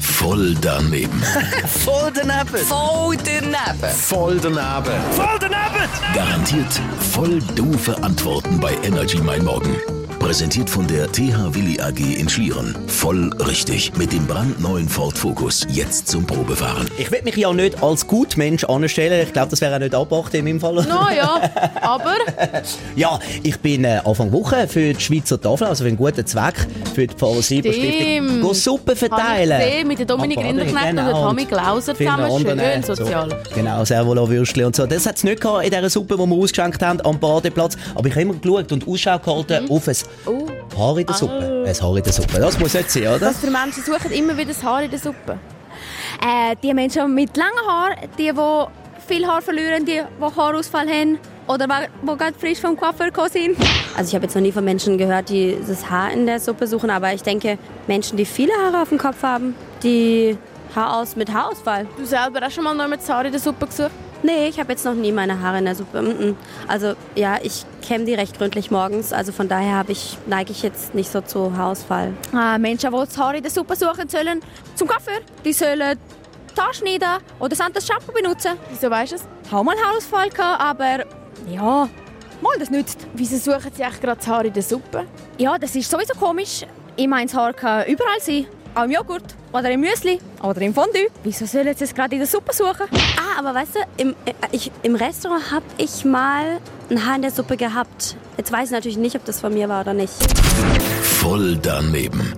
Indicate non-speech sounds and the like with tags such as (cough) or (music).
Voll daneben. Voll daneben. Voll daneben. Voll daneben. Garantiert voll doofe Antworten bei Energy Mein Morgen. Präsentiert von der TH Willi AG in Schlieren. Voll richtig. Mit dem brandneuen Ford Focus. Jetzt zum Probefahren. Ich will mich ja nicht als Gutmensch anstellen. Ich glaube, das wäre auch nicht angebracht in meinem Fall. Na (laughs) ja, aber Ja, ich bin äh, Anfang Woche für die Schweizer Tafel, also für einen guten Zweck, für die Pfarrer Sieberstiftung, Stimmt. go Suppe habe ich verteilen. gesehen, mit der Dominik Am Baden, Rinderknecht und genau, der Tommy Klauser vielen zusammen, anderen, äh, schön so. sozial. Genau, Servola-Würstchen und so. Das hat es nicht gehabt in dieser Suppe, die wir ausgeschenkt haben am Badeplatz. Aber ich habe immer geschaut und Ausschau gehalten Mhm. auf ein Oh. Haar in Ah. der Suppe. Ein Haar in der Suppe. Das muss nicht sein, oder? Was für Menschen suchen immer wieder das Haar in der Suppe? Äh, die Menschen mit langen Haaren, die, die viel Haar verlieren, die, die Haarausfall haben oder wa- die gerade frisch vom Kopf gekommen sind. Also ich habe jetzt noch nie von Menschen gehört, die das Haar in der Suppe suchen, aber ich denke, Menschen, die viele Haare auf dem Kopf haben, die Haaraus mit Haarausfall. Du selber hast schon mal noch mit das Haar in der Suppe gesucht? Nee, ich habe jetzt noch nie meine Haare in der Suppe. Mm -mm. Also ja, ich kämme die recht gründlich morgens, also von daher habe ich, neige ich jetzt nicht so zu Haarausfall. Ah, Menschen, die das Haar in der Suppe suchen sollen, zum Kaffee, die sollen die Haare schneiden oder das Shampoo benutzen. Wieso weißt du es? Habe mal Haarausfall gehabt, aber ja, mal, das nützt. Wieso suchen sie eigentlich gerade das Haar in der Suppe? Ja, das ist sowieso komisch. Ich meine, das Haar kann überall sein. Auch im Joghurt oder im Müsli oder im Fondue. Wieso sollen sie es gerade in der Suppe suchen? Ah, aber weißt du, im, äh, ich, im Restaurant habe ich mal ein Haar in der Suppe gehabt. Jetzt weiß ich natürlich nicht, ob das von mir war oder nicht. Voll daneben.